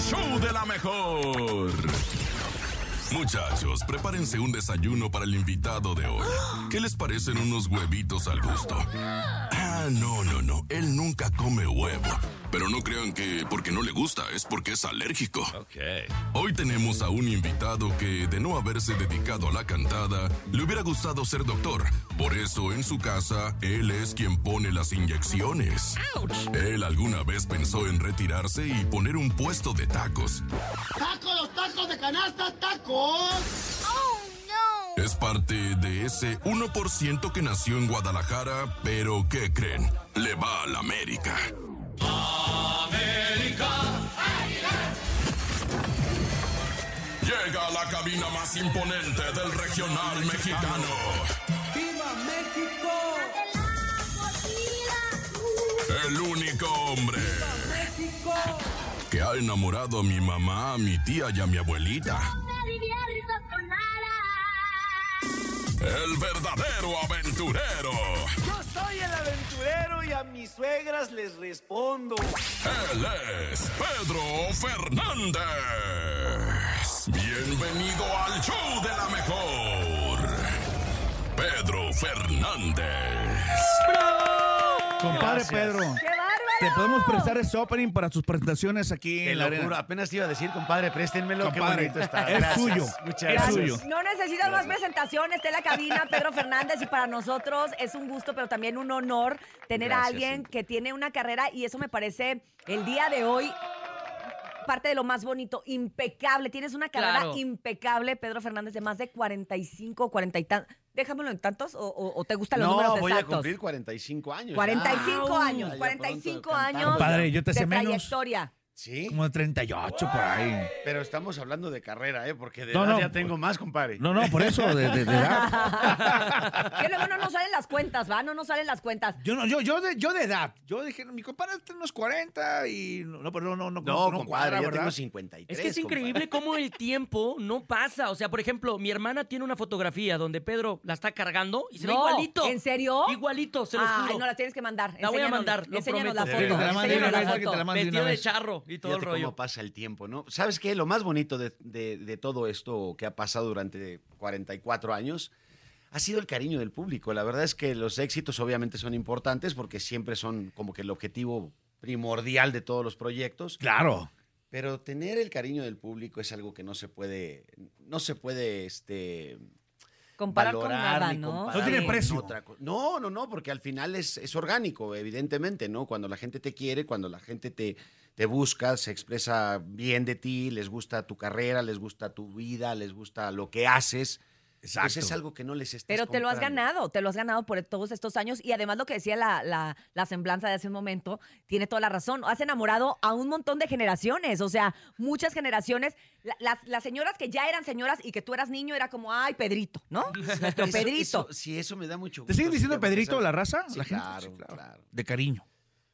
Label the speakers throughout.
Speaker 1: show de la mejor. Muchachos, prepárense un desayuno para el invitado de hoy. ¿Qué les parecen unos huevitos al gusto? Ah, no, no, no. Él nunca come huevo. Pero no crean que porque no le gusta, es porque es alérgico.
Speaker 2: Ok.
Speaker 1: Hoy tenemos a un invitado que, de no haberse dedicado a la cantada, le hubiera gustado ser doctor. Por eso, en su casa, él es quien pone las inyecciones. Él alguna vez pensó en retirarse y poner un puesto de tacos.
Speaker 3: ¡Tacos, los tacos de canasta, tacos!
Speaker 1: Es parte de ese 1% que nació en Guadalajara, pero ¿qué creen? Le va a la América. Llega a la cabina más imponente del regional mexicano. El único hombre que ha enamorado a mi mamá, a mi tía y a mi abuelita. El verdadero aventurero.
Speaker 4: Yo soy el aventurero y a mis suegras les respondo.
Speaker 1: Él es Pedro Fernández. Bienvenido al show de la mejor. Pedro Fernández.
Speaker 5: Compadre
Speaker 4: Gracias.
Speaker 5: Pedro,
Speaker 6: ¡Qué bárbaro!
Speaker 5: te podemos prestar ese opening para tus presentaciones aquí
Speaker 4: Te
Speaker 5: en la
Speaker 4: lo
Speaker 5: arena.
Speaker 4: juro, apenas iba a decir, compadre, préstenmelo,
Speaker 5: Compadre,
Speaker 4: qué bonito está.
Speaker 5: es
Speaker 4: Gracias.
Speaker 5: suyo,
Speaker 4: Muchas
Speaker 5: es
Speaker 4: gracias.
Speaker 5: suyo.
Speaker 6: No necesitas más presentaciones, está en la cabina Pedro Fernández y para nosotros es un gusto, pero también un honor tener a
Speaker 4: Gracias,
Speaker 6: alguien
Speaker 4: Cintia.
Speaker 6: que tiene una carrera y eso me parece el día de hoy parte de lo más bonito, impecable. Tienes una carrera
Speaker 7: Claro.
Speaker 6: impecable, Pedro Fernández, de más de 45, 40 y tantos. Déjamelo en tantos o, o- o te gustan los números
Speaker 4: No, voy a
Speaker 6: exactos.
Speaker 4: cumplir 45 años.
Speaker 6: 45
Speaker 4: Ah,
Speaker 6: años,
Speaker 4: ya
Speaker 6: 45
Speaker 4: pronto,
Speaker 6: años.
Speaker 4: cantando.
Speaker 5: Compadre, yo te
Speaker 6: de
Speaker 5: sé menos.
Speaker 6: trayectoria.
Speaker 4: Sí,
Speaker 5: Como de 38 por ahí.
Speaker 4: pero estamos hablando de carrera, ¿eh? Porque de
Speaker 5: No,
Speaker 4: edad
Speaker 5: no.
Speaker 4: ya
Speaker 7: pues,
Speaker 4: tengo más, compadre.
Speaker 5: No, no, por eso, de, de- de edad.
Speaker 6: Que luego no nos salen las cuentas, ¿va? No nos salen las cuentas.
Speaker 5: Yo, no, yo, yo, de, yo de edad. Yo dije, mi compadre tiene unos 40 y. No, pero no, no, no.
Speaker 4: No,
Speaker 5: no
Speaker 4: compadre,
Speaker 5: cuadra,
Speaker 4: yo
Speaker 5: ¿verdad?
Speaker 4: tengo 53.
Speaker 7: Es que es
Speaker 4: compadre.
Speaker 7: increíble cómo el tiempo no pasa. O sea, por ejemplo, mi hermana tiene una fotografía donde Pedro la está cargando y se ve
Speaker 6: No,
Speaker 7: igualito.
Speaker 6: ¿En serio?
Speaker 7: Igualito, se los
Speaker 6: Ay,
Speaker 7: juro.
Speaker 6: no, la tienes que mandar.
Speaker 7: La voy a
Speaker 6: Enséñanos-
Speaker 7: mandar, lo
Speaker 6: enséñanos la
Speaker 7: prometo.
Speaker 6: foto.
Speaker 5: Sí, que te la mande
Speaker 6: enséñanos
Speaker 5: una
Speaker 6: la
Speaker 5: vez, que te la
Speaker 6: foto.
Speaker 5: mande
Speaker 7: Vestido
Speaker 5: una
Speaker 7: de
Speaker 5: vez.
Speaker 7: charro y todo el
Speaker 4: Fíjate
Speaker 7: rollo.
Speaker 4: cómo pasa el tiempo, ¿no? ¿Sabes qué? Lo más bonito de, de- de todo esto que ha pasado durante 44 años ha sido el cariño del público. La verdad es que los éxitos obviamente son importantes porque siempre son como que el objetivo primordial de todos los proyectos,
Speaker 5: Claro.
Speaker 4: pero tener el cariño del público es algo que no se puede, no se puede, este,
Speaker 6: Comparar con
Speaker 4: valorar,
Speaker 6: nada,
Speaker 4: ni
Speaker 6: ¿no?
Speaker 4: comparar
Speaker 5: No tiene
Speaker 4: con
Speaker 5: precio.
Speaker 4: otra co- no, no, no, porque al final es, es orgánico, evidentemente, ¿no? Cuando la gente te quiere, cuando la gente te, te busca, se expresa bien de ti, les gusta tu carrera, les gusta tu vida, les gusta lo que haces.
Speaker 5: Exacto.
Speaker 4: Pues es algo que no les estás
Speaker 6: Pero te lo has
Speaker 4: comprando.
Speaker 6: ganado, te lo has ganado por todos estos años. Y además lo que decía la, la- la semblanza de hace un momento, tiene toda la razón. Has enamorado a un montón de generaciones, o sea, muchas generaciones. La- las, las señoras que ya eran señoras y que tú eras niño era como, ay, Pedrito, ¿no? Nuestro
Speaker 4: Eso-
Speaker 6: Pedrito.
Speaker 4: eso- sí, eso me da mucho gusto.
Speaker 5: ¿Te siguen diciendo
Speaker 4: fíjate,
Speaker 5: Pedrito
Speaker 4: ¿sabes?
Speaker 5: la raza?
Speaker 4: Sí,
Speaker 5: la gente.
Speaker 4: claro,
Speaker 5: Sí,
Speaker 4: claro.
Speaker 5: De cariño.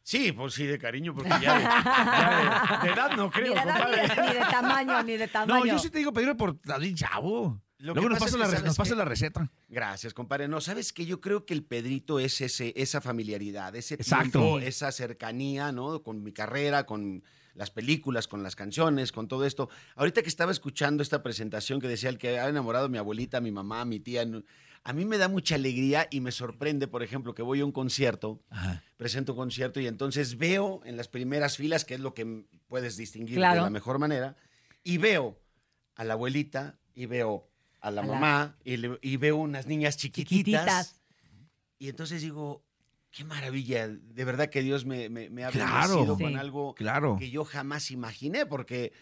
Speaker 4: Sí, pues sí, de cariño, porque ya de, ya de- de edad no
Speaker 6: Ni
Speaker 4: creo,
Speaker 6: de, edad, ni,
Speaker 4: compadre.
Speaker 6: de, ni de tamaño, ni de tamaño.
Speaker 5: No, yo sí te digo Pedro por David Chavo.
Speaker 4: Lo
Speaker 5: Luego
Speaker 4: que
Speaker 5: nos pasa,
Speaker 4: pasa es
Speaker 5: la,
Speaker 4: que
Speaker 5: re-
Speaker 4: sabes
Speaker 5: nos pasa
Speaker 4: que-
Speaker 5: la receta.
Speaker 4: Gracias, compadre. No, sabes que yo creo que el Pedrito es ese, esa familiaridad, ese
Speaker 5: Exacto.
Speaker 4: tiempo, esa cercanía, ¿no? Con mi carrera, con las películas, con las canciones, con todo esto. Ahorita que estaba escuchando esta presentación que decía el que ha enamorado a mi abuelita, a mi mamá, a mi tía, no- a mí me da mucha alegría y me sorprende, por ejemplo, que voy a un concierto, presento un concierto y entonces veo en las primeras filas, que es lo que m- puedes distinguir de
Speaker 6: Claro.
Speaker 4: la mejor manera, y veo a la abuelita y veo a la
Speaker 6: A la-
Speaker 4: mamá y, le- y veo unas niñas chiquititas.
Speaker 6: Chiquititas.
Speaker 4: Y entonces digo, qué maravilla, de verdad que Dios me, me, me ha
Speaker 5: Claro.
Speaker 4: bendecido
Speaker 6: Sí.
Speaker 4: con algo
Speaker 5: Claro.
Speaker 4: que yo jamás imaginé, porque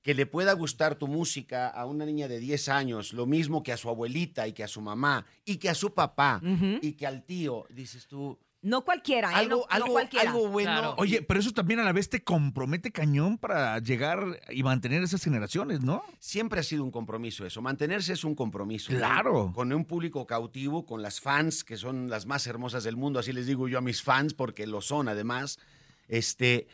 Speaker 4: que le pueda gustar tu música a una niña de 10 años, lo mismo que a su abuelita y que a su mamá y que a su papá
Speaker 6: Ujú.
Speaker 4: y que al tío, dices tú,
Speaker 6: No cualquiera, ¿eh? no,
Speaker 4: algo,
Speaker 6: no
Speaker 4: algo,
Speaker 6: cualquiera.
Speaker 4: algo bueno.
Speaker 7: Claro.
Speaker 5: Oye, pero eso también a la vez te compromete cañón para llegar y mantener esas generaciones, ¿no?
Speaker 4: Siempre ha sido un compromiso eso. Mantenerse es un compromiso. ¿no?
Speaker 5: Claro.
Speaker 4: Con un público cautivo, con las fans, que son las más hermosas del mundo, así les digo yo a mis fans, porque lo son además. Este,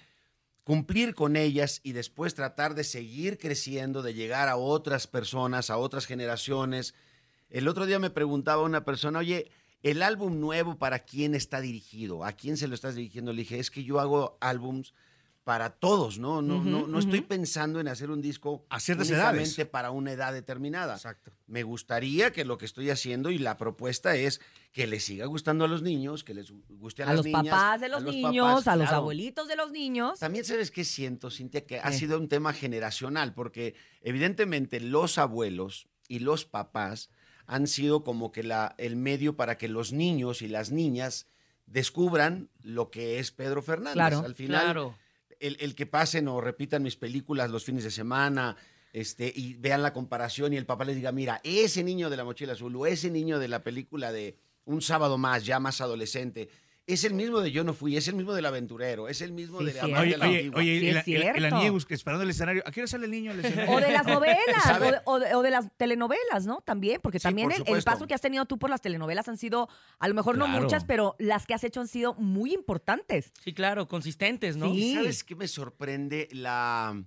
Speaker 4: cumplir con ellas y después tratar de seguir creciendo, de llegar a otras personas, a otras generaciones. El otro día me preguntaba una persona, oye, el álbum nuevo para quién está dirigido, a quién se lo estás dirigiendo. Le dije, es que yo hago álbums para todos, ¿no? No,
Speaker 7: Ujú,
Speaker 4: no, no estoy
Speaker 7: ujú.
Speaker 4: pensando en hacer un disco
Speaker 2: A ciertas
Speaker 4: únicamente
Speaker 2: edades.
Speaker 4: para una edad determinada.
Speaker 2: Exacto.
Speaker 4: Me gustaría que lo que estoy haciendo y la propuesta es que les siga gustando a los niños, que les guste a,
Speaker 6: A
Speaker 4: las
Speaker 6: los
Speaker 4: niñas,
Speaker 6: papás de los,
Speaker 4: papás,
Speaker 6: niños, a los
Speaker 4: claro.
Speaker 6: abuelitos de los niños.
Speaker 4: También sabes qué siento, Cintia, que ha
Speaker 6: ¿Qué?
Speaker 4: sido un tema generacional, porque evidentemente los abuelos y los papás han sido como que la, el medio para que los niños y las niñas descubran lo que es Pedro Fernández.
Speaker 6: Claro.
Speaker 4: Al final,
Speaker 7: Claro.
Speaker 4: el, el que pasen o repitan mis películas los fines de semana este, y vean la comparación y el papá les diga, mira, ese niño de la mochila azul o ese niño de la película de Un sábado más, ya más adolescente, es el mismo de Yo no fui, es el mismo del aventurero, es el mismo
Speaker 6: Sí,
Speaker 4: de
Speaker 6: cierto.
Speaker 4: Amar
Speaker 6: Oye,
Speaker 4: de la Antigua.
Speaker 6: Sí,
Speaker 2: y
Speaker 6: es
Speaker 2: la- y la- y la
Speaker 6: cierto.
Speaker 2: niña bus- esperando el escenario. ¿A qué hora sale el niño al escenario?
Speaker 6: O de las novelas, o
Speaker 4: ¿Sabe?
Speaker 6: de, o de- o de las telenovelas, ¿no? También, porque
Speaker 4: Sí,
Speaker 6: también
Speaker 4: por
Speaker 6: el- el,
Speaker 4: supuesto.
Speaker 6: paso que has tenido tú por las telenovelas han sido, a lo mejor no
Speaker 7: Claro.
Speaker 6: muchas, pero las que has hecho han sido muy importantes.
Speaker 7: Sí, claro, consistentes, ¿no?
Speaker 6: Sí.
Speaker 4: ¿Y ¿Sabes qué me sorprende? La,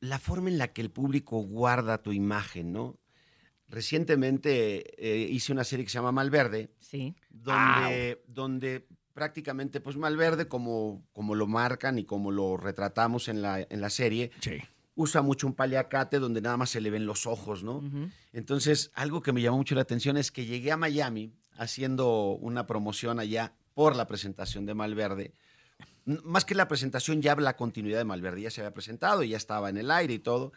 Speaker 4: la forma en la que el público guarda tu imagen, ¿no? Recientemente eh, hice una serie que se llama Malverde,
Speaker 6: Sí.
Speaker 4: donde, donde prácticamente, pues Malverde, como, como lo marcan y como lo retratamos en la, en la serie,
Speaker 5: Sí.
Speaker 4: usa mucho un paliacate donde nada más se le ven los ojos, ¿no?
Speaker 6: Ujú.
Speaker 4: Entonces, algo que me llamó mucho la atención es que llegué a Miami haciendo una promoción allá por la presentación de Malverde. N- Más que la presentación, ya la continuidad de Malverde. Ya se había presentado y ya estaba en el aire y todo.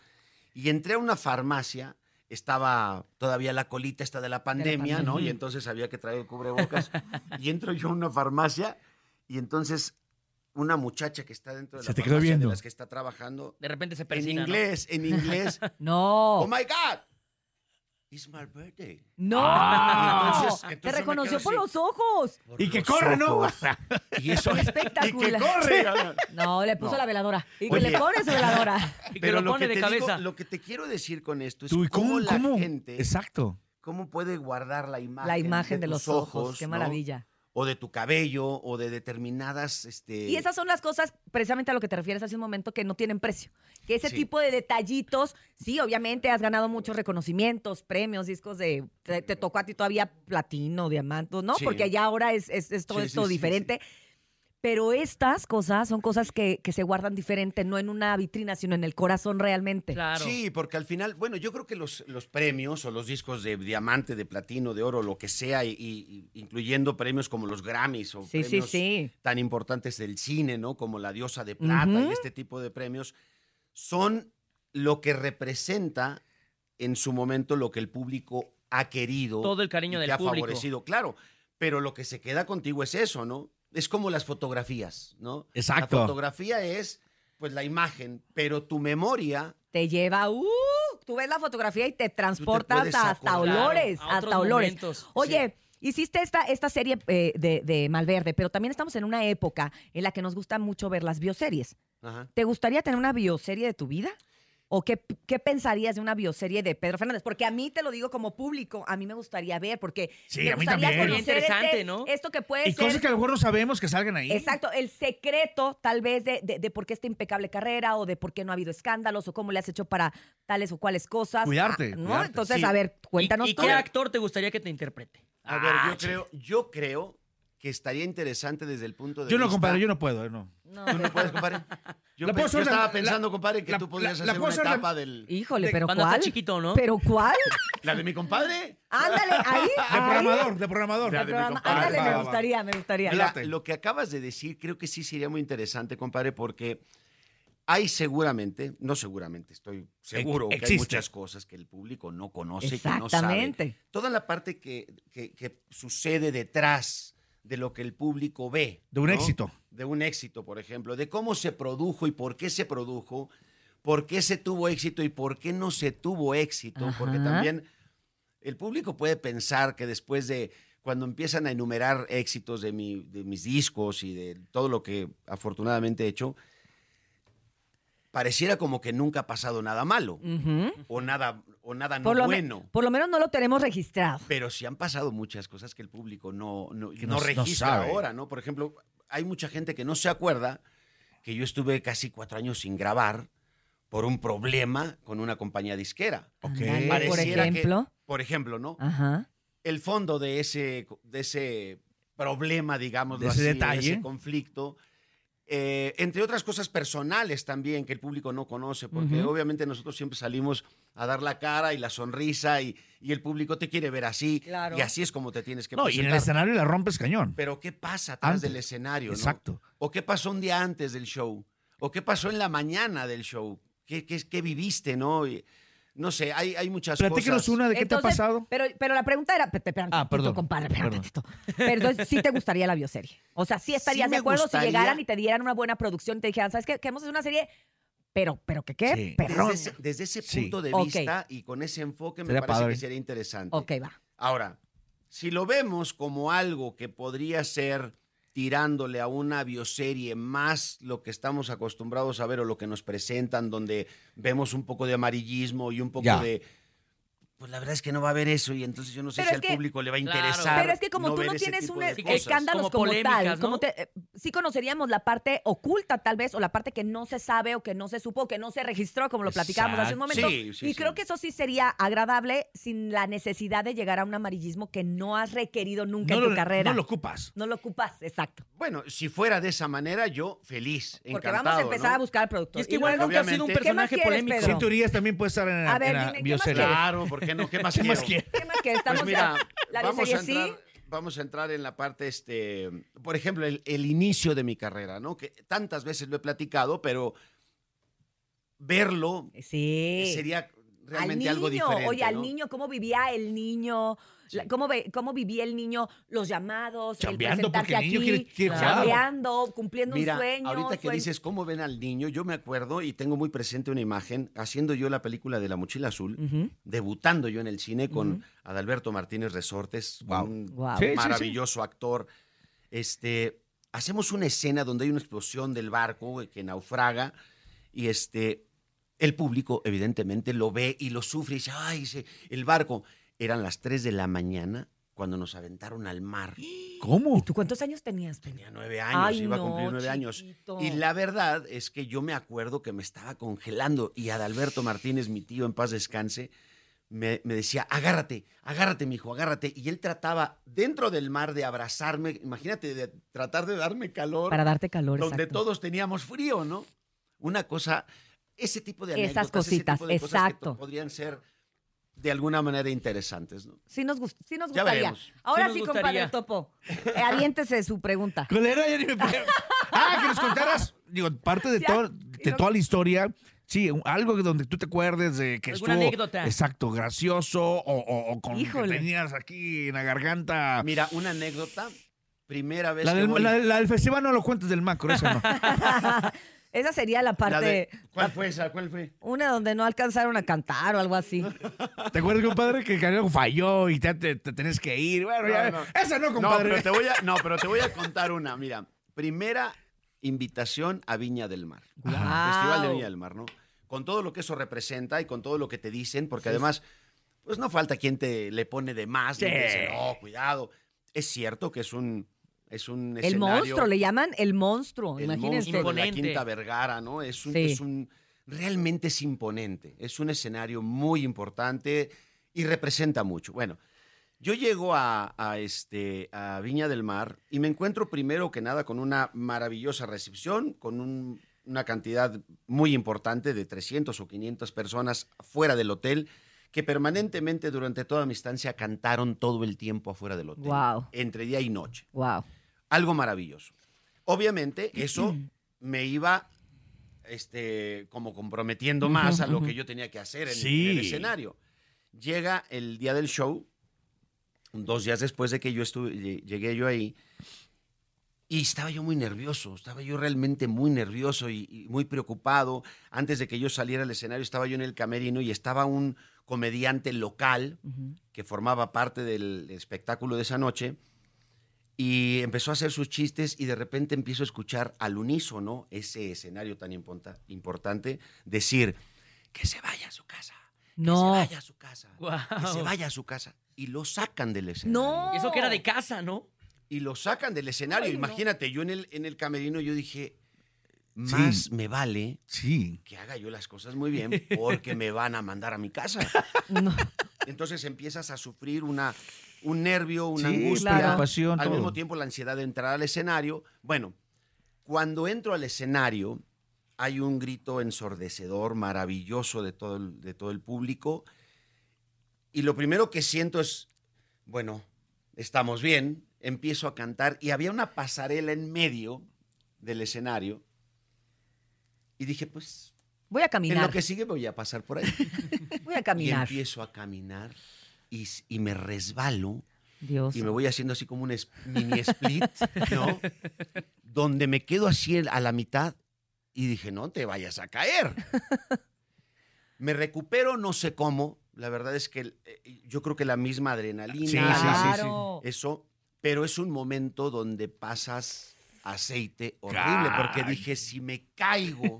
Speaker 4: Y entré a una farmacia, estaba todavía la colita esta de la pandemia, ¿no? Y entonces había que traer el cubrebocas. y entro yo a una farmacia y entonces una muchacha que está dentro de
Speaker 5: Se
Speaker 4: la
Speaker 5: te quedó
Speaker 4: farmacia,
Speaker 5: viendo.
Speaker 4: de las que está trabajando,
Speaker 7: De repente se
Speaker 4: en
Speaker 7: persina. ¿no?
Speaker 4: inglés, en inglés,
Speaker 6: No.
Speaker 4: Oh my God. It's my birthday.
Speaker 6: no.
Speaker 4: Ah,
Speaker 2: entonces- entonces
Speaker 6: Te
Speaker 2: yo me
Speaker 6: reconoció
Speaker 2: quedo
Speaker 6: por
Speaker 2: así.
Speaker 6: los ojos.
Speaker 5: Y que corre, ¿no?
Speaker 4: ojos. Y eso es
Speaker 2: Y que
Speaker 6: Espectacular.
Speaker 2: corre.
Speaker 6: No, le puso
Speaker 4: No.
Speaker 6: la veladora. Y que
Speaker 4: Oye.
Speaker 6: le pone su veladora.
Speaker 7: Y que
Speaker 4: Pero
Speaker 7: lo pone
Speaker 4: que
Speaker 7: de
Speaker 4: te digo-
Speaker 7: cabeza.
Speaker 4: lo que te quiero decir con esto es
Speaker 5: Tú, ¿y
Speaker 4: cómo,
Speaker 5: cómo,
Speaker 4: la
Speaker 5: cómo?
Speaker 4: gente
Speaker 5: Exacto.
Speaker 4: cómo puede guardar la imagen,
Speaker 6: La imagen de,
Speaker 4: tus
Speaker 6: los ojos. Qué
Speaker 4: ¿no?
Speaker 6: maravilla.
Speaker 4: O de tu cabello o de determinadas este
Speaker 6: Y esas son las cosas, precisamente a lo que te refieres hace un momento, que no tienen precio. Que ese
Speaker 4: Sí.
Speaker 6: tipo de detallitos, sí, obviamente has ganado muchos reconocimientos, premios, discos de. Te, te tocó a ti todavía platino, diamante, ¿no?
Speaker 4: Sí.
Speaker 6: Porque ya ahora es, es, es todo
Speaker 4: Sí,
Speaker 6: esto
Speaker 4: sí, sí,
Speaker 6: diferente. Pero estas cosas son cosas que, que se guardan diferente, no en una vitrina, sino en el corazón realmente.
Speaker 7: Claro.
Speaker 4: Sí, porque al final, bueno, yo creo que los, los premios o los discos de diamante, de platino, de oro, lo que sea, y, y- y incluyendo premios como los Grammys o
Speaker 6: Sí, sí,
Speaker 4: premios
Speaker 6: sí.
Speaker 4: tan importantes del cine, ¿no? Como La Diosa de Plata
Speaker 6: Ujú.
Speaker 4: y este tipo de premios, son lo que representa en su momento lo que el público ha querido.
Speaker 7: Todo el cariño
Speaker 4: y
Speaker 7: del
Speaker 4: que ha
Speaker 7: público.
Speaker 4: favorecido, claro. Pero lo que se queda contigo es eso, ¿no? Es como las fotografías, ¿no?
Speaker 5: Exacto.
Speaker 4: La fotografía es, pues, la imagen, pero tu memoria
Speaker 6: Te lleva. ¡Uh! Tú ves la fotografía y te transportas
Speaker 4: puedes
Speaker 6: hasta
Speaker 4: acordar.
Speaker 7: Claro,
Speaker 6: olores,
Speaker 7: a otros
Speaker 6: hasta olores.
Speaker 7: momentos.
Speaker 6: Oye, hiciste esta, esta serie eh, de, de Malverde, pero también estamos en una época en la que nos gusta mucho ver las bioseries.
Speaker 4: Ajá.
Speaker 6: ¿Te gustaría tener una bioserie de tu vida? ¿O qué, qué pensarías de una bioserie de Pedro Fernández? Porque a mí te lo digo como público, a mí me gustaría ver, porque
Speaker 5: Sí,
Speaker 6: me
Speaker 5: a mí
Speaker 6: gustaría
Speaker 5: también.
Speaker 6: conocer
Speaker 7: Sería interesante,
Speaker 6: este-
Speaker 7: ¿no?
Speaker 6: Esto que puede
Speaker 5: Y
Speaker 6: ser
Speaker 5: cosas que a lo mejor no sabemos que salgan ahí.
Speaker 6: Exacto, el secreto tal vez de, de- de por qué esta impecable carrera o de por qué no ha habido escándalos o cómo le has hecho para tales o cuales cosas.
Speaker 5: Cuidarte,
Speaker 6: Ah, ¿no?
Speaker 5: cuidarte,
Speaker 6: Entonces,
Speaker 4: sí.
Speaker 6: a ver, cuéntanos
Speaker 7: ¿Y, y
Speaker 6: tú.
Speaker 7: qué actor te gustaría que te interprete?
Speaker 4: A ver, yo creo, yo creo que estaría interesante desde el punto de
Speaker 5: Yo no,
Speaker 4: vista-
Speaker 5: compadre, yo no puedo. eh, No.
Speaker 6: No,
Speaker 4: ¿Tú no puedes, compadre? Yo,
Speaker 5: La
Speaker 4: pe-
Speaker 5: puedo
Speaker 4: yo
Speaker 5: hacer una-
Speaker 4: estaba
Speaker 5: la-
Speaker 4: pensando, compadre, que
Speaker 5: la-
Speaker 4: tú podrías
Speaker 5: la- la
Speaker 4: hacer
Speaker 5: puedo
Speaker 4: una
Speaker 5: hacer una-
Speaker 4: etapa del...
Speaker 6: Híjole,
Speaker 5: de-
Speaker 6: pero
Speaker 7: Cuando está
Speaker 6: ¿cuál?
Speaker 7: chiquito, ¿no?
Speaker 6: ¿Pero cuál?
Speaker 4: ¿La de mi compadre?
Speaker 6: Ándale, ahí.
Speaker 5: De
Speaker 6: ahí.
Speaker 5: programador, de programador.
Speaker 4: Ya,
Speaker 6: Al
Speaker 4: de mi
Speaker 6: programa.
Speaker 4: compadre.
Speaker 6: Ándale,
Speaker 5: Va,
Speaker 6: me
Speaker 5: va, va.
Speaker 6: gustaría, me gustaría.
Speaker 4: Mira,
Speaker 5: Late.
Speaker 4: lo que acabas de decir creo que sí sería muy interesante, compadre, porque hay seguramente, no seguramente, estoy seguro que hay
Speaker 5: existe.
Speaker 4: muchas cosas que el público no conoce y que no sabe.
Speaker 6: Exactamente.
Speaker 4: Toda la parte que, que- que sucede detrás de lo que el público ve.
Speaker 5: De un
Speaker 4: ¿no?
Speaker 5: éxito.
Speaker 4: de un éxito, por ejemplo, de cómo se produjo y por qué se produjo, por qué se tuvo éxito y por qué no se tuvo éxito, porque
Speaker 6: Ajá.
Speaker 4: también el público puede pensar que después de cuando empiezan a enumerar éxitos de, mi- de mis discos y de todo lo que afortunadamente he hecho, pareciera como que nunca ha pasado nada malo
Speaker 6: Ujú.
Speaker 4: o nada, o nada
Speaker 5: Mm,
Speaker 4: no
Speaker 6: por, lo me-
Speaker 4: bueno.
Speaker 6: por lo menos no lo tenemos registrado.
Speaker 4: Pero sí han pasado muchas cosas que el público no, no,
Speaker 5: Que
Speaker 4: no
Speaker 5: no- no
Speaker 4: registra
Speaker 5: sabe.
Speaker 4: ahora, ¿no? Por ejemplo, hay mucha gente que no se acuerda que yo estuve casi cuatro años sin grabar por un problema con una compañía disquera.
Speaker 5: Ok.
Speaker 6: Ándale, por
Speaker 4: Pareciera que-
Speaker 6: ejemplo.
Speaker 4: Por ejemplo, ¿no?
Speaker 6: Ajá.
Speaker 4: El fondo de ese, de ese problema, digamos,
Speaker 5: De ese
Speaker 4: así, de
Speaker 5: detalle.
Speaker 4: ese conflicto, eh, entre otras cosas personales también que el público no conoce, porque
Speaker 7: Ujú.
Speaker 4: obviamente nosotros siempre salimos a dar la cara y la sonrisa y, y el público te quiere ver así
Speaker 6: Claro.
Speaker 4: y así es como te tienes que
Speaker 5: No, y en el
Speaker 4: presentar.
Speaker 5: escenario la rompes cañón.
Speaker 4: Pero ¿qué pasa atrás
Speaker 5: Antes.
Speaker 4: del escenario? no?
Speaker 5: Exacto.
Speaker 4: ¿O qué pasó un día antes del show? ¿O qué pasó en la mañana del show? ¿Qué, qué- qué viviste, no? Y- no sé, hay, hay muchas
Speaker 5: Platícanos
Speaker 4: cosas.
Speaker 5: una de qué te ha
Speaker 6: Entonces,
Speaker 5: pasado.
Speaker 6: Pero, pero la pregunta era, pe- pe- espera un
Speaker 5: Ah,
Speaker 6: tantito,
Speaker 5: perdón,
Speaker 6: compadre, espera un
Speaker 5: perdón.
Speaker 6: tantito. Pero entonces, sí te gustaría la bioserie. O sea, sí estarías
Speaker 4: Sí
Speaker 6: de
Speaker 4: me
Speaker 6: acuerdo
Speaker 4: gustaría.
Speaker 6: si llegaran y te dieran una buena producción y te dijeran, ¿sabes qué? Queremos hacer una serie, pero, pero que qué,
Speaker 5: Sí.
Speaker 6: perrón.
Speaker 4: Desde ese, desde ese
Speaker 5: Sí.
Speaker 4: punto de
Speaker 6: Ok.
Speaker 4: vista y con ese enfoque me
Speaker 5: Sería
Speaker 4: parece
Speaker 5: padre.
Speaker 4: que sería interesante.
Speaker 6: Ok, va.
Speaker 4: Ahora, si lo vemos como algo que podría ser tirándole a una bioserie más lo que estamos acostumbrados a ver o lo que nos presentan, donde vemos un poco de amarillismo y un poco
Speaker 5: Ya.
Speaker 4: de... Pues la verdad es que no va a haber eso y entonces yo no sé
Speaker 6: Pero
Speaker 4: si
Speaker 6: es
Speaker 4: al
Speaker 6: que-
Speaker 4: público le va a
Speaker 7: Claro.
Speaker 4: interesar.
Speaker 6: Pero es que como tú
Speaker 4: ver
Speaker 6: no
Speaker 4: ese
Speaker 6: tienes
Speaker 4: tipo
Speaker 6: un e-,
Speaker 4: de
Speaker 7: Sí, que-
Speaker 4: cosas.
Speaker 6: escándalos
Speaker 7: Como
Speaker 6: como,
Speaker 7: polémicas,
Speaker 6: tal,
Speaker 7: ¿no?
Speaker 6: como te- eh, sí conoceríamos la parte oculta tal vez o la parte que no se sabe o que no se supo, o que no se registró, como lo platicábamos hace un
Speaker 4: Exacto.
Speaker 6: momento.
Speaker 4: Sí, sí,
Speaker 6: y
Speaker 4: sí.
Speaker 6: creo que eso sí sería agradable sin la necesidad de llegar a un amarillismo que no has requerido nunca en tu
Speaker 5: lo,
Speaker 6: carrera.
Speaker 5: no lo ocupas.
Speaker 6: No lo ocupas, exacto.
Speaker 4: Bueno, si fuera de esa manera, yo feliz,
Speaker 6: Porque
Speaker 4: encantado.
Speaker 6: vamos a empezar
Speaker 4: ¿no?
Speaker 6: a buscar al productor.
Speaker 7: Y es que
Speaker 6: Y
Speaker 7: igual
Speaker 6: luego-
Speaker 7: nunca ha sido un
Speaker 4: obviamente-
Speaker 6: ¿Qué más
Speaker 7: personaje
Speaker 6: quieres,
Speaker 7: polémico.
Speaker 6: Pedro?
Speaker 5: Sí, teorías también puede estar en,
Speaker 6: A ver,
Speaker 5: en la
Speaker 6: dime, ¿qué más
Speaker 5: bioserie.
Speaker 6: quieres?
Speaker 4: Claro, ¿por qué no? ¿Qué más
Speaker 5: ¿Qué más
Speaker 4: quiero?
Speaker 5: quieres?
Speaker 6: ¿Qué más quieres? Estamos
Speaker 4: Pues mira,
Speaker 6: la
Speaker 4: vamos a,
Speaker 6: bioserie sí.
Speaker 4: entrar, vamos a entrar en la parte, este, por ejemplo, el, el inicio de mi carrera, ¿no? Que tantas veces lo he platicado, pero verlo
Speaker 6: Sí.
Speaker 4: sería
Speaker 6: al
Speaker 4: realmente
Speaker 6: niño,
Speaker 4: algo diferente.
Speaker 6: Oye, al
Speaker 4: ¿no?
Speaker 6: niño, cómo vivía el niño, La- cómo, ve- cómo vivía el niño, los llamados,
Speaker 5: Chambeando,
Speaker 6: el
Speaker 5: porque
Speaker 6: presentarse
Speaker 5: el niño
Speaker 6: aquí,
Speaker 5: quiere- quiere
Speaker 7: jugar.
Speaker 6: chambeando, cumpliendo
Speaker 4: Mira,
Speaker 6: un sueño.
Speaker 4: ahorita que
Speaker 6: sue-
Speaker 4: dices cómo ven al niño, yo me acuerdo y tengo muy presente una imagen haciendo yo la película de La Mochila Azul,
Speaker 6: Ujú.
Speaker 4: debutando yo en el cine con
Speaker 6: Mm. Ujú.
Speaker 4: Adalberto Martínez Resortes,
Speaker 5: Guau.
Speaker 4: un
Speaker 6: Guau.
Speaker 5: Sí, sí, sí.
Speaker 4: maravilloso actor. Este, hacemos una escena donde hay una explosión del barco que naufraga y este, el público evidentemente lo ve y lo sufre y dice, ay, se- el barco. Eran las 3 de la mañana cuando nos aventaron al mar.
Speaker 5: ¿Cómo?
Speaker 6: ¿Tú cuántos años tenías?
Speaker 4: Tenía nueve años,
Speaker 6: Ay,
Speaker 4: iba
Speaker 6: no,
Speaker 4: a cumplir nueve años.
Speaker 6: chiquito.
Speaker 4: Y la verdad es que yo me acuerdo que me estaba congelando y Adalberto Martínez, mi tío, en paz descanse, me, me decía, agárrate, agárrate, mijo, agárrate. Y él trataba dentro del mar de abrazarme, imagínate, de tratar de darme calor,
Speaker 6: Para darte calor,
Speaker 4: donde
Speaker 6: exacto.
Speaker 4: todos teníamos frío, ¿no? Una cosa, ese tipo de
Speaker 6: Esas
Speaker 4: anécdotas,
Speaker 6: cositas,
Speaker 4: ese tipo de cosas que
Speaker 6: exacto.
Speaker 4: to- podrían ser de alguna manera interesantes, ¿no?
Speaker 6: Sí nos, gust- sí nos
Speaker 4: Ya
Speaker 6: gustaría.
Speaker 4: veremos.
Speaker 6: Ahora
Speaker 7: Sí nos
Speaker 6: sí, compadre
Speaker 7: gustaría.
Speaker 6: el topo. eh, aviéntese su pregunta.
Speaker 5: ¿Cuál era? Ya ni me acuerdo. Ah, que nos contaras, digo, parte de,
Speaker 6: Sí,
Speaker 5: todo-
Speaker 6: ah,
Speaker 5: de
Speaker 6: no-
Speaker 5: toda la historia. Sí, un- algo que donde tú te acuerdes de que
Speaker 7: Alguna
Speaker 5: estuvo...
Speaker 7: anécdota.
Speaker 5: Exacto, gracioso o, o- o con que
Speaker 6: Híjole.
Speaker 5: tenías aquí en la garganta.
Speaker 4: Mira, una anécdota, primera vez
Speaker 5: Ah. La
Speaker 4: que
Speaker 5: del,
Speaker 4: voy-
Speaker 5: la- la del festival no lo cuentes del macro, esa no.
Speaker 6: Esa sería la parte,
Speaker 4: La de- ¿Cuál fue esa? ¿Cuál fue?
Speaker 6: una donde no alcanzaron a cantar o algo así.
Speaker 5: ¿Te acuerdas, compadre, que el cangrejo falló y te, te- te tenés que ir? Bueno, ya-
Speaker 4: No, no.
Speaker 5: Esa no,
Speaker 4: No,
Speaker 5: compadre.
Speaker 4: pero te voy a, no, pero te voy a contar una. Mira, primera invitación a Viña del Mar.
Speaker 6: Guau.
Speaker 4: Festival de Viña del Mar, ¿no? Con todo lo que eso representa y con todo lo que te dicen, porque además, pues no falta quien te le pone de más, ¿no?
Speaker 5: Sí.
Speaker 4: Y te dice, no, cuidado. Es cierto que es un, es un
Speaker 6: El
Speaker 4: escenario.
Speaker 6: monstruo, le llaman el monstruo,
Speaker 4: el
Speaker 6: Oh, imagínense.
Speaker 4: monstruo de la
Speaker 7: Imponente.
Speaker 4: Quinta Vergara, ¿no? Es un,
Speaker 6: Sí.
Speaker 4: es un- realmente es imponente. Es un escenario muy importante y representa mucho. Bueno, yo llego a, a, este, a Viña del Mar y me encuentro primero que nada con una maravillosa recepción, con un- una cantidad muy importante de 300 o 500 personas fuera del hotel que permanentemente durante toda mi estancia cantaron todo el tiempo afuera del hotel,
Speaker 6: Guau.
Speaker 4: entre día y noche
Speaker 6: Wow.
Speaker 4: algo maravilloso. Obviamente, eso me iba este, como comprometiendo más a lo que yo tenía que hacer en,
Speaker 5: Sí.
Speaker 4: en el escenario. Llega el día del show, dos días después de que yo estuve, lle- llegué yo ahí, y estaba yo muy nervioso, estaba yo realmente muy nervioso y, y muy preocupado. Antes de que yo saliera al escenario, estaba yo en el camerino y estaba un comediante local, que formaba parte del espectáculo de esa noche y empezó a hacer sus chistes y de repente empiezo a escuchar al unísono ese escenario tan imponta- importante decir que se vaya a su casa,
Speaker 6: No.
Speaker 4: que se vaya a su casa, que se
Speaker 7: Guau.
Speaker 4: vaya a su casa y lo sacan del escenario.
Speaker 6: No.
Speaker 7: Y Eso que era de casa, ¿no?
Speaker 4: Y lo sacan del escenario,
Speaker 6: Ay, no.
Speaker 4: imagínate, yo en el en el camerino yo dije más me vale
Speaker 5: Sí.
Speaker 4: que haga yo las cosas muy bien porque me van a mandar a mi casa.
Speaker 6: No.
Speaker 4: Entonces empiezas a sufrir una, un nervio, una
Speaker 5: Sí,
Speaker 4: angustia,
Speaker 5: preocupación,
Speaker 4: al
Speaker 5: todo.
Speaker 4: mismo tiempo la ansiedad de entrar al escenario. Bueno, Cuando entro al escenario, hay un grito ensordecedor, maravilloso de todo el, de todo el público. Y lo primero que siento es, bueno, estamos bien. Empiezo a cantar y había una pasarela en medio del escenario. Y dije, pues,
Speaker 6: Voy a
Speaker 4: en
Speaker 6: caminar.
Speaker 4: lo que sigue voy a pasar por ahí.
Speaker 6: Voy a
Speaker 4: Y
Speaker 6: caminar.
Speaker 4: empiezo a caminar y, s- y me resbalo
Speaker 6: Dios.
Speaker 4: y me voy haciendo así como un es- mini split, ¿no? Donde me quedo así el- a la mitad y dije, no te vayas a caer. Me recupero, no sé cómo. La verdad es que el- eh, yo creo que la misma adrenalina,
Speaker 5: Sí, sí, sí, sí.
Speaker 6: Claro.
Speaker 4: eso, pero es un momento donde pasas aceite horrible, porque dije, si me caigo,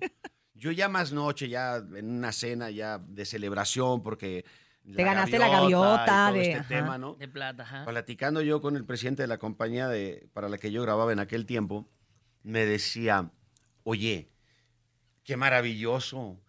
Speaker 4: yo ya más noche, ya en una cena ya de celebración, porque...
Speaker 6: Te ganaste la gaviota
Speaker 4: y todo
Speaker 6: de-
Speaker 4: este
Speaker 6: ajá.
Speaker 4: tema, ¿no?
Speaker 7: De plata, ajá.
Speaker 4: Platicando yo con el presidente de la compañía de, para la que yo grababa en aquel tiempo, me decía, oye, qué maravilloso.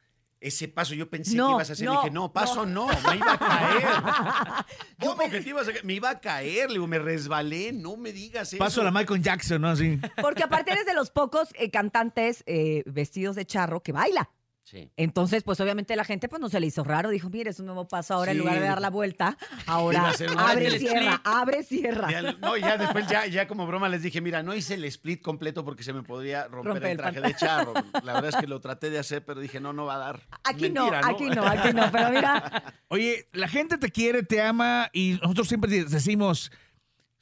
Speaker 4: Ese paso, yo pensé
Speaker 6: No,
Speaker 4: que ibas a hacer.
Speaker 6: no,
Speaker 4: le dije, no, paso no, me iba a caer. ¿Cómo que te ibas a caer? Me iba a caer, le digo, me resbalé, no me digas eso.
Speaker 5: Paso a la Michael Jackson, ¿no? Así.
Speaker 6: Porque aparte eres de los pocos eh, cantantes eh, vestidos de charro que baila.
Speaker 4: Sí.
Speaker 6: Entonces, pues obviamente la gente pues no se le hizo raro. Dijo, mire, es un nuevo paso ahora en
Speaker 4: Sí.
Speaker 6: lugar de dar la vuelta.
Speaker 4: Iba a
Speaker 6: Ahora
Speaker 4: hacer un-
Speaker 6: abre,
Speaker 7: Ándale,
Speaker 6: cierra,
Speaker 7: split.
Speaker 6: abre, cierra.
Speaker 4: Ya, no, ya después, ya, ya como broma les dije, mira, no hice el split completo porque se me podría romper
Speaker 6: Romper el
Speaker 4: el traje
Speaker 6: pantalón.
Speaker 4: de charro. La verdad es que lo traté de hacer, pero dije, no, no va a dar.
Speaker 6: Aquí
Speaker 4: Mentira,
Speaker 6: no, aquí no, aquí no. Pero mira,
Speaker 5: Oye, la gente te quiere, te ama y nosotros siempre de- decimos,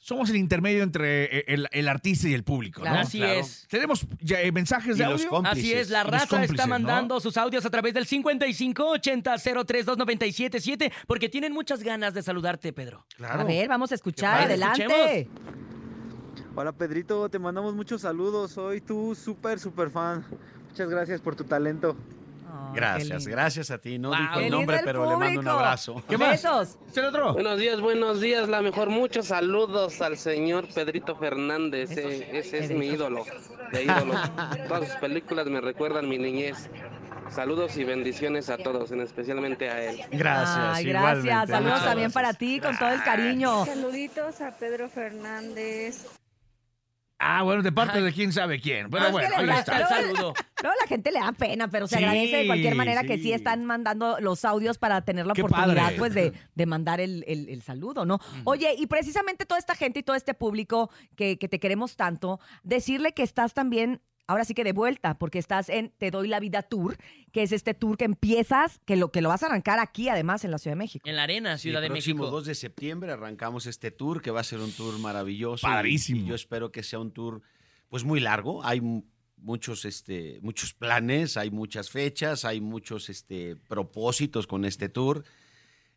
Speaker 5: somos el intermedio entre eh, el, el artista y el público,
Speaker 6: Claro.
Speaker 5: ¿no?
Speaker 7: Así es.
Speaker 5: Tenemos ya, eh, mensajes
Speaker 4: Y
Speaker 5: de
Speaker 4: los
Speaker 5: audio.
Speaker 4: cómplices.
Speaker 7: Así es, la
Speaker 5: Los
Speaker 7: raza
Speaker 5: cómplices,
Speaker 7: está
Speaker 5: ¿no?
Speaker 7: mandando sus audios a través del 5580-032977 porque tienen muchas ganas de saludarte, Pedro.
Speaker 6: a ver, vamos a escuchar,
Speaker 7: Vale,
Speaker 6: adelante.
Speaker 7: escuchemos.
Speaker 8: Hola Pedrito, te mandamos muchos saludos. Soy tu súper, súper fan. Muchas gracias por tu talento.
Speaker 6: Ay, qué
Speaker 4: Gracias,
Speaker 6: lindo.
Speaker 4: gracias a ti. No
Speaker 7: Wow.
Speaker 4: dijo
Speaker 6: Qué
Speaker 4: el
Speaker 6: lindo
Speaker 4: nombre,
Speaker 6: el
Speaker 4: pero le mando un
Speaker 6: público.
Speaker 4: abrazo.
Speaker 5: ¿Qué más?
Speaker 6: Besos.
Speaker 5: ¿Es el otro?
Speaker 9: Buenos días, buenos días, la mejor. Muchos saludos al señor Pedrito Fernández.
Speaker 6: Eso
Speaker 9: eh,
Speaker 6: sí,
Speaker 9: Ese es
Speaker 6: Pedrito.
Speaker 9: mi ídolo, de ídolos. Todas sus películas me recuerdan mi niñez. Saludos y bendiciones a todos, en especialmente a él.
Speaker 4: Gracias.
Speaker 6: Ay,
Speaker 4: igualmente.
Speaker 6: gracias. Saludos
Speaker 4: Muchas
Speaker 6: también
Speaker 4: gracias.
Speaker 6: para ti con todo el cariño.
Speaker 10: Saluditos a Pedro Fernández.
Speaker 5: Ah, bueno, de parte de quién sabe quién. Pero
Speaker 6: Más que
Speaker 5: bueno,
Speaker 6: de
Speaker 5: ahí
Speaker 6: la-
Speaker 5: está.
Speaker 7: el
Speaker 6: Luego-
Speaker 7: saludo.
Speaker 6: Luego la gente le da pena, pero se
Speaker 5: Sí,
Speaker 6: agradece de cualquier manera que sí
Speaker 5: sí.
Speaker 6: están mandando los audios para tener la
Speaker 5: Qué
Speaker 6: oportunidad
Speaker 5: padre.
Speaker 6: pues de, de mandar el, el- el saludo, ¿no? Oye, y precisamente toda esta gente y todo este público que, que te queremos tanto, decirle que estás también, ahora sí que de vuelta, porque estás en Te Doy la Vida Tour, que es este tour que empiezas, que lo, que lo vas a arrancar aquí además en la Ciudad de México.
Speaker 7: En la arena,
Speaker 4: Sí,
Speaker 7: Ciudad de
Speaker 4: el próximo
Speaker 7: México.
Speaker 4: 2 de septiembre arrancamos este tour que va a ser un tour maravilloso.
Speaker 5: Padrísimo.
Speaker 4: Y- y yo espero que sea un tour pues muy largo. Hay mu- muchos este muchos planes, hay muchas fechas, hay muchos este propósitos con este tour.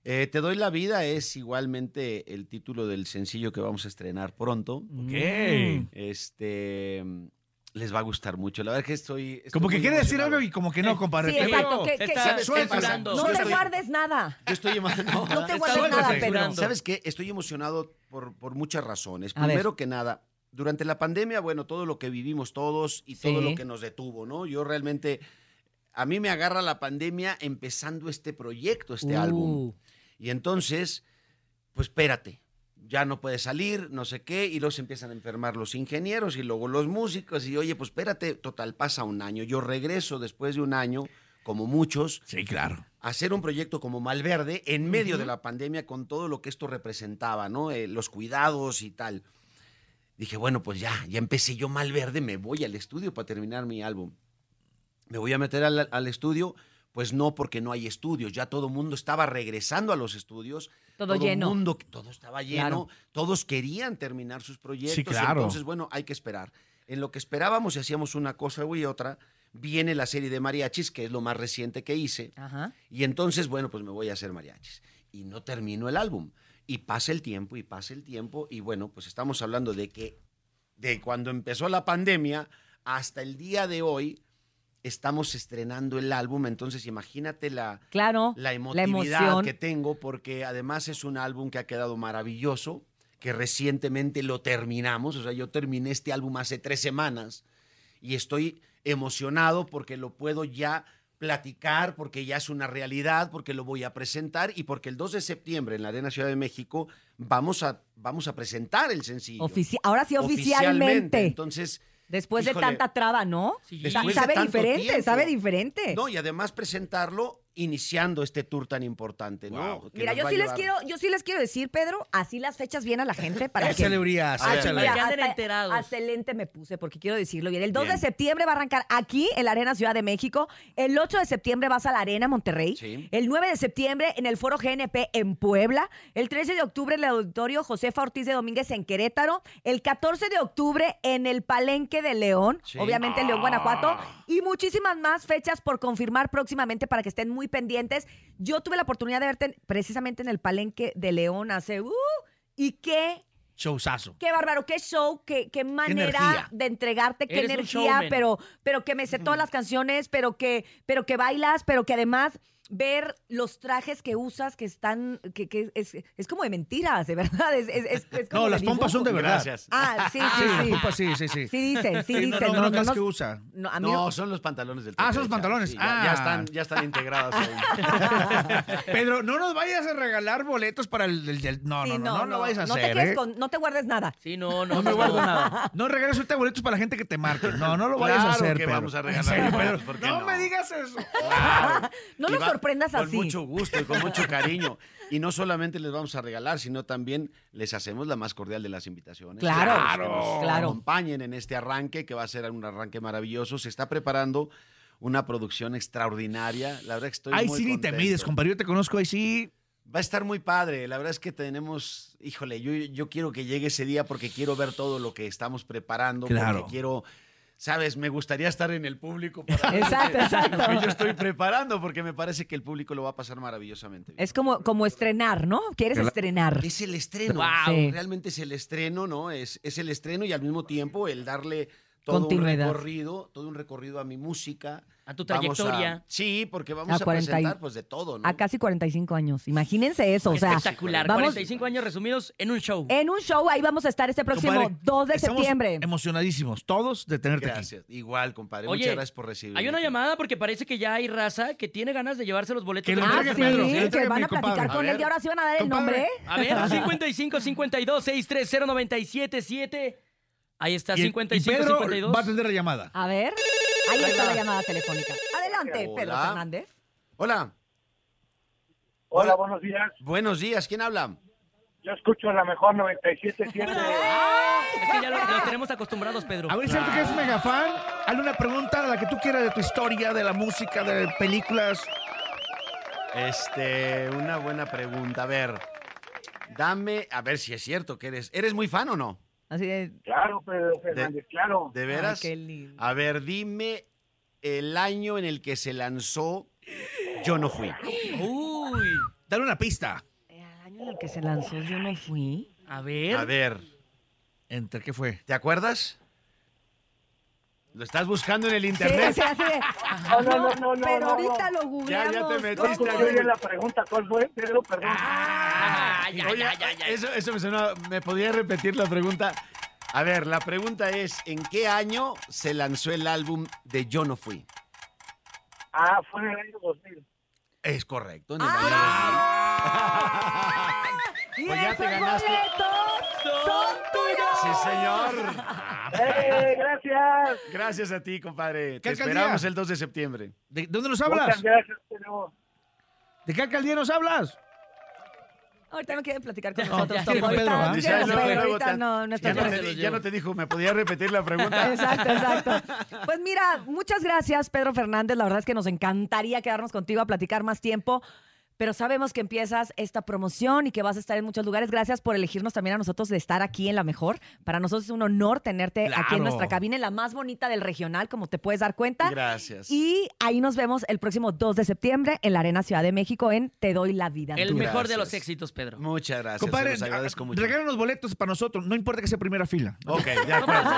Speaker 4: Eh, Te doy la vida es igualmente el título del sencillo que vamos a estrenar pronto.
Speaker 6: Mm.
Speaker 5: Ok.
Speaker 4: Este les va a gustar mucho. La verdad que estoy, estoy
Speaker 5: Como que
Speaker 4: muy
Speaker 5: quiere decir
Speaker 4: emocionado.
Speaker 5: algo y como que no, compadre.
Speaker 6: Sí,
Speaker 5: Te veo.
Speaker 6: exacto. Que,
Speaker 7: Se
Speaker 6: que-
Speaker 7: está
Speaker 4: ¿Sabes qué pasa?
Speaker 7: censurando.
Speaker 6: no
Speaker 4: Yo
Speaker 6: te
Speaker 4: estoy-
Speaker 6: guardes nada.
Speaker 4: Yo estoy emocionado.
Speaker 6: No te
Speaker 7: Está
Speaker 6: guardes
Speaker 7: bueno,
Speaker 6: nada,
Speaker 7: está
Speaker 6: Pedro.
Speaker 7: censurando.
Speaker 4: ¿Sabes qué? Estoy emocionado por, por muchas razones.
Speaker 6: A ver.
Speaker 4: Primero que nada, durante la pandemia, bueno, todo lo que vivimos todos y todo
Speaker 6: Sí.
Speaker 4: lo que nos detuvo, ¿no? Yo realmente, a mí me agarra la pandemia empezando este proyecto, este
Speaker 6: Uh,
Speaker 4: álbum. Y entonces, pues espérate, ya no puedes salir, no sé qué, y luego se empiezan a enfermar los ingenieros y luego los músicos, y oye, pues espérate, total, pasa un año. Yo regreso después de un año, como muchos,
Speaker 5: Sí, claro.
Speaker 4: hacer un proyecto como Malverde en medio de la pandemia con todo lo que esto representaba, ¿no? Eh, los cuidados y tal. Dije, bueno, pues ya, ya empecé yo Malverde, me voy al estudio para terminar mi álbum. Me voy a meter al, al estudio, pues no, porque no hay estudios. Ya todo el mundo estaba regresando a los estudios.
Speaker 6: Todo lleno.
Speaker 4: Mundo, todo estaba lleno. Todos querían terminar sus proyectos.
Speaker 5: claro.
Speaker 4: Entonces, bueno, hay que esperar. En lo que esperábamos y hacíamos una cosa y otra, viene la serie de mariachis, que es lo más reciente que hice.
Speaker 6: Ajá.
Speaker 4: Y entonces, bueno, pues me voy a hacer mariachis. Y no termino el álbum. Y pasa el tiempo, y pasa el tiempo, y bueno, pues estamos hablando de que de cuando empezó la pandemia hasta el día de hoy estamos estrenando el álbum. Entonces, imagínate la,
Speaker 6: Claro.
Speaker 4: la emotividad
Speaker 6: emoción.
Speaker 4: que tengo, porque además es un álbum que ha quedado maravilloso, que recientemente lo terminamos. O sea, yo terminé este álbum hace tres semanas y estoy emocionado porque lo puedo ya platicar, porque ya es una realidad, porque lo voy a presentar y porque el 2 de septiembre en la Arena Ciudad de México vamos a, vamos a presentar el sencillo.
Speaker 6: Ofici- ahora sí, oficialmente.
Speaker 4: Entonces,
Speaker 6: Después
Speaker 4: Híjole.
Speaker 6: de tanta traba, ¿no?
Speaker 4: Después de
Speaker 6: sabe
Speaker 4: tanto
Speaker 6: diferente,
Speaker 4: tiempo.
Speaker 6: sabe diferente.
Speaker 4: No, y además presentarlo iniciando este tour tan importante, ¿no? Que
Speaker 6: Mira,
Speaker 4: nos
Speaker 6: yo
Speaker 4: va a
Speaker 6: sí les
Speaker 4: llevar.
Speaker 6: quiero, yo sí les quiero decir, Pedro, así las fechas bien a la gente para que. Ah,
Speaker 5: Échale, Urias,
Speaker 6: Así,
Speaker 5: échale.
Speaker 6: mira,
Speaker 7: Que anden
Speaker 6: hasta-
Speaker 7: enterados.
Speaker 6: hasta el lente me puse porque quiero decirlo bien. El 2
Speaker 4: Bien.
Speaker 6: de septiembre va a arrancar aquí en la Arena Ciudad de México. El 8 de septiembre vas a la Arena Monterrey.
Speaker 4: Sí.
Speaker 6: El 9 de septiembre en el Foro GNP en Puebla. El 13 de octubre en el Auditorio Josefa Ortiz de Domínguez en Querétaro. El 14 de octubre en el Palenque de León.
Speaker 4: Sí. Ah.
Speaker 6: Obviamente en León, Guanajuato. Y muchísimas más fechas por confirmar próximamente para que estén muy pendientes. Yo tuve la oportunidad de verte en- precisamente en el Palenque de León hace... ¡uh! y qué
Speaker 5: Showzazo.
Speaker 6: Qué bárbaro, qué show, qué, qué manera
Speaker 5: energía.
Speaker 6: de entregarte, qué
Speaker 7: Eres un
Speaker 6: energía,
Speaker 7: showman.
Speaker 6: pero, pero que me sé todas las canciones, pero que, pero que bailas, pero que además ver los trajes que usas que están, que, que es, es como de mentiras, de verdad. es- es- es- es como
Speaker 5: No, las
Speaker 6: dibujo.
Speaker 5: pompas son de verdad.
Speaker 4: Gracias.
Speaker 6: Ah, sí,
Speaker 5: Sí, las
Speaker 6: sí, sí.
Speaker 5: pompas sí, sí, sí.
Speaker 6: Sí dicen, sí
Speaker 5: Sí, no,
Speaker 6: dicen.
Speaker 5: no, no, no es
Speaker 6: no,
Speaker 5: que usa.
Speaker 6: no, a mí no-
Speaker 4: No, son los pantalones del
Speaker 5: Ah,
Speaker 4: Tour
Speaker 5: son los
Speaker 4: de Chávez,
Speaker 5: pantalones.
Speaker 4: sí, ya, ya
Speaker 5: Ah.
Speaker 4: están, ya están integrados ahí.
Speaker 5: Pedro, no nos vayas a regalar boletos para el... el- el- no,
Speaker 6: sí,
Speaker 5: no, no, no, lo vayas a
Speaker 6: no te
Speaker 5: hacer,
Speaker 6: quedes
Speaker 5: ¿eh?
Speaker 6: con- no te guardes nada.
Speaker 7: Sí, no, no.
Speaker 5: No me
Speaker 7: no.
Speaker 5: guardo nada. No regales ahorita boletos para la gente que te marque. No, no lo vayas a
Speaker 4: Claro
Speaker 5: hacer,
Speaker 4: que
Speaker 5: Pedro.
Speaker 4: vamos a regalar
Speaker 5: En serio,
Speaker 4: boletos,
Speaker 5: Pedro,
Speaker 4: ¿por qué
Speaker 5: no,
Speaker 4: no?
Speaker 5: me digas eso.
Speaker 6: No
Speaker 4: Y
Speaker 6: nos
Speaker 4: va-
Speaker 6: sorprendas así.
Speaker 4: Con mucho gusto y con mucho cariño. Y no solamente les vamos a regalar, sino también les hacemos la más cordial de las invitaciones.
Speaker 6: Claro,
Speaker 4: Que nos
Speaker 6: claro.
Speaker 4: acompañen en este arranque, que va a ser un arranque maravilloso. Se está preparando una producción extraordinaria. La verdad que estoy
Speaker 5: Ahí
Speaker 4: muy
Speaker 5: sí ni te
Speaker 4: contento.
Speaker 5: mides, compadre. Yo te conozco, ahí sí.
Speaker 4: Va a estar muy padre. La verdad es que tenemos, híjole, yo, yo quiero que llegue ese día porque quiero ver todo lo que estamos preparando.
Speaker 5: Claro.
Speaker 4: Porque quiero, sabes, me gustaría estar en el público para ver
Speaker 6: Exacto, exacto.
Speaker 4: lo que yo estoy preparando porque me parece que el público lo va a pasar maravillosamente. bien.
Speaker 6: Es como, como estrenar, ¿no? Quieres estrenar.
Speaker 4: Es el estreno.
Speaker 6: Wow. Sí.
Speaker 4: Realmente es el estreno, ¿no? Es, es el estreno y al mismo tiempo el darle todo
Speaker 6: Continuidad.
Speaker 4: un recorrido, todo un recorrido a mi música.
Speaker 7: A tu
Speaker 4: Vamos
Speaker 7: trayectoria.
Speaker 4: sí, porque vamos
Speaker 6: A
Speaker 4: a,
Speaker 6: 40 y-
Speaker 4: presentar pues de todo, ¿no?
Speaker 6: A casi 45 años. Imagínense eso, o
Speaker 7: Qué
Speaker 6: sea.
Speaker 7: Espectacular.
Speaker 6: vamos-
Speaker 7: 45 años resumidos en un show.
Speaker 6: En un show, ahí vamos a estar este próximo
Speaker 5: Compadre,
Speaker 6: 2 de
Speaker 5: estamos
Speaker 6: septiembre.
Speaker 5: Emocionadísimos, todos de tenerte aquí.
Speaker 4: Gracias. Igual, compadre.
Speaker 7: Oye,
Speaker 4: Muchas gracias por recibirme.
Speaker 7: Hay una llamada porque parece que ya hay raza que tiene ganas de llevarse los boletos.
Speaker 5: Que
Speaker 7: de
Speaker 5: lo
Speaker 7: Pedro
Speaker 6: Ah, sí,
Speaker 5: entregue, Pedro, que lo
Speaker 6: que
Speaker 5: entregue
Speaker 6: van
Speaker 5: mi
Speaker 6: a platicar
Speaker 5: compadre.
Speaker 6: con
Speaker 4: A
Speaker 6: él y
Speaker 4: ver,
Speaker 6: ahora sí van a dar el
Speaker 5: compadre.
Speaker 6: nombre.
Speaker 7: A ver, 55 52 630 977. Ahí está,
Speaker 5: Y el-
Speaker 7: 55
Speaker 5: y Pedro
Speaker 7: 52.
Speaker 5: va a atender la llamada.
Speaker 6: A ver. Ahí
Speaker 7: Ahí
Speaker 6: está
Speaker 7: va.
Speaker 6: la llamada telefónica. Adelante,
Speaker 4: Hola.
Speaker 6: Pedro Fernández.
Speaker 4: Hola,
Speaker 11: Hola, buenos días.
Speaker 4: buenos días. ¿Quién habla?
Speaker 11: Yo escucho la mejor 97.7.
Speaker 7: Es que ya lo- los tenemos acostumbrados, Pedro.
Speaker 5: A ver, ¿cierto
Speaker 4: Ah,
Speaker 5: que es mega fan? Hazle una pregunta a la que tú quieras de tu historia, de la música, de películas.
Speaker 4: Este, una buena pregunta. A ver, dame, a ver si es cierto que eres. ¿Eres muy fan o no?
Speaker 6: Así de.
Speaker 11: Claro, Pedro Fernández, claro.
Speaker 4: ¿De veras?
Speaker 6: Ay, qué lindo.
Speaker 4: A ver, dime el año en el que se lanzó Yo no fui.
Speaker 7: Uy.
Speaker 5: Dale una pista.
Speaker 6: Al "Eh, año en el que se lanzó, yo no fui.
Speaker 7: A ver.
Speaker 4: A ver,
Speaker 5: Enter, ¿qué fue?
Speaker 4: ¿te acuerdas? Lo estás buscando en el
Speaker 6: Sí,
Speaker 4: internet.
Speaker 6: sí, así de.
Speaker 11: No, no, no, no, no,
Speaker 6: Pero
Speaker 11: no,
Speaker 6: ahorita
Speaker 11: no.
Speaker 6: lo
Speaker 4: Ya, ya
Speaker 6: googleamos.
Speaker 4: te metiste
Speaker 6: ¿cómo?
Speaker 4: a
Speaker 11: Yo oí la pregunta, ¿cuál fue? Pedro, perdón.
Speaker 7: Ah, ya,
Speaker 4: Oye,
Speaker 7: ya, ya, ya.
Speaker 4: Eso, eso me sonó. ¿Me podía repetir la pregunta? A ver, la pregunta es: ¿en qué año se lanzó el álbum de Yo no fui?
Speaker 11: Ah, fue en el año 2000.
Speaker 4: Es correcto, en el
Speaker 6: ¡Ah! ¡Y
Speaker 4: Pues ya
Speaker 6: esos
Speaker 4: te ganaste.
Speaker 6: boletos son tuyos!
Speaker 4: año 2000. Sí, señor.
Speaker 11: ¡Eh, gracias!
Speaker 4: Gracias a ti, compadre.
Speaker 5: ¿Qué
Speaker 4: Te
Speaker 5: alcaldía?
Speaker 4: esperamos el 2 de septiembre.
Speaker 5: ¿De dónde nos
Speaker 11: Muchas
Speaker 5: hablas?
Speaker 11: gracias, Pedro.
Speaker 5: ¿De qué alcaldía nos hablas?
Speaker 6: Ahorita no quieren platicar con
Speaker 7: No,
Speaker 6: nosotros.
Speaker 7: ya,
Speaker 6: Topo.
Speaker 5: ya,
Speaker 6: ahorita,
Speaker 5: Pedro, ¿ah?
Speaker 6: no
Speaker 4: Dice,
Speaker 6: quieren,
Speaker 4: "Ay, no,
Speaker 6: Pedro,
Speaker 4: luego
Speaker 6: ahorita
Speaker 4: tan-
Speaker 6: no, no
Speaker 4: Ya
Speaker 6: están
Speaker 4: no,
Speaker 6: platicando".
Speaker 4: te, ya no te dijo, me podía repetir la pregunta.
Speaker 6: Exacto, exacto. Pues mira, muchas gracias, Pedro Fernández. La verdad es que nos encantaría quedarnos contigo a platicar más tiempo. Pero sabemos que empiezas esta promoción y que vas a estar en muchos lugares. Gracias por elegirnos también a nosotros de estar aquí en La Mejor. Para nosotros es un honor tenerte aquí en
Speaker 5: Claro.
Speaker 6: nuestra cabina, en la más bonita del regional, como te puedes dar cuenta.
Speaker 4: Gracias.
Speaker 6: Y ahí nos vemos el próximo 2 de septiembre en la Arena Ciudad de México en Te Doy la Vida.
Speaker 7: El
Speaker 6: Dura.
Speaker 7: mejor de
Speaker 4: Gracias.
Speaker 7: los éxitos, Pedro.
Speaker 4: Muchas gracias. se
Speaker 5: Compadre, ah,
Speaker 4: los agradezco mucho.
Speaker 5: regálanos boletos para nosotros. No importa que sea primera fila.
Speaker 4: Ok, de acuerdo.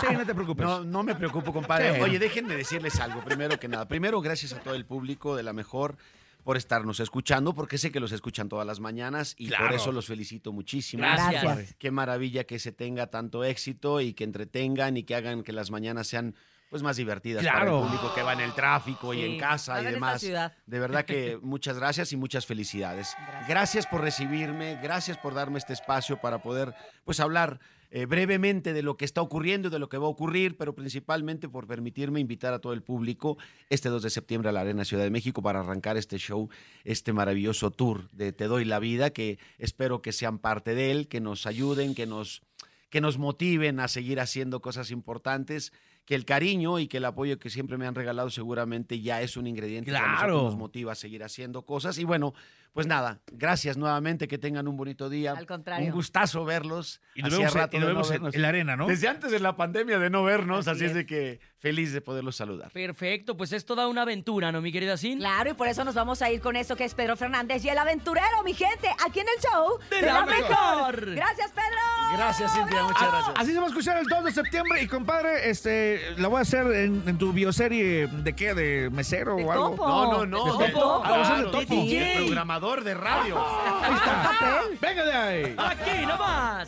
Speaker 5: Sí, no te preocupes.
Speaker 4: No, no me preocupo, compadre.
Speaker 5: Sí.
Speaker 4: Oye, déjenme decirles algo, primero que nada. Primero, gracias a todo el público de la mejor por estarnos escuchando, porque sé que los escuchan todas las mañanas y por
Speaker 5: Claro.
Speaker 4: eso los felicito muchísimo.
Speaker 7: Gracias.
Speaker 6: Gracias.
Speaker 4: Pues, Qué maravilla que se tenga tanto éxito y que entretengan y que hagan que las mañanas sean pues más divertidas para
Speaker 5: Claro.
Speaker 4: el público que va en el tráfico y
Speaker 6: Sí.
Speaker 4: en casa y
Speaker 6: Hagan esta
Speaker 4: demás.
Speaker 6: ciudad.
Speaker 4: De verdad que muchas gracias y muchas felicidades. Gracias. por recibirme, gracias por darme este espacio para poder pues hablar eh, brevemente de lo que está ocurriendo y de lo que va a ocurrir, pero principalmente por permitirme invitar a todo el público este 2 de septiembre a la Arena Ciudad de México para arrancar este show, este maravilloso tour de Te Doy la Vida, que espero que sean parte de él, que nos ayuden, que nos, que nos motiven a seguir haciendo cosas importantes, que el cariño y que el apoyo que siempre me han regalado seguramente ya es un ingrediente que a nosotros
Speaker 5: Claro.
Speaker 4: nos motiva a seguir haciendo cosas. Y bueno, pues nada, gracias nuevamente, que tengan un bonito día.
Speaker 6: Al contrario.
Speaker 4: Un gustazo verlos.
Speaker 5: Y nos
Speaker 4: Hacía
Speaker 5: vemos en-
Speaker 4: rato
Speaker 5: y nos
Speaker 4: de
Speaker 5: vemos en-
Speaker 4: vernos.
Speaker 5: en la arena, ¿no?
Speaker 4: Desde antes de la pandemia de no vernos,
Speaker 7: Así
Speaker 4: así, es.
Speaker 7: es.
Speaker 4: de que feliz de poderlos saludar.
Speaker 7: Perfecto, pues es toda una aventura, ¿no, mi querida Sin?
Speaker 6: Claro, y por eso nos vamos a ir con esto que es Pedro Fernández y el aventurero, mi gente, aquí en el show
Speaker 7: De la mejor.
Speaker 6: Gracias, Pedro.
Speaker 4: Gracias, Cintia,
Speaker 5: Ah, Así se va a escuchar el 2 de septiembre. Y compadre, este, la voy a hacer en, en tu bioserie de qué, de mesero o algo.
Speaker 6: topo.
Speaker 4: No, no, no.
Speaker 6: De
Speaker 4: de-
Speaker 6: topo.
Speaker 4: Ah, vos sos de
Speaker 7: Claro,
Speaker 4: topo,
Speaker 7: DJ.
Speaker 4: de programador de radio.
Speaker 5: Ahí está. Venga de ahí.
Speaker 7: Aquí nomás.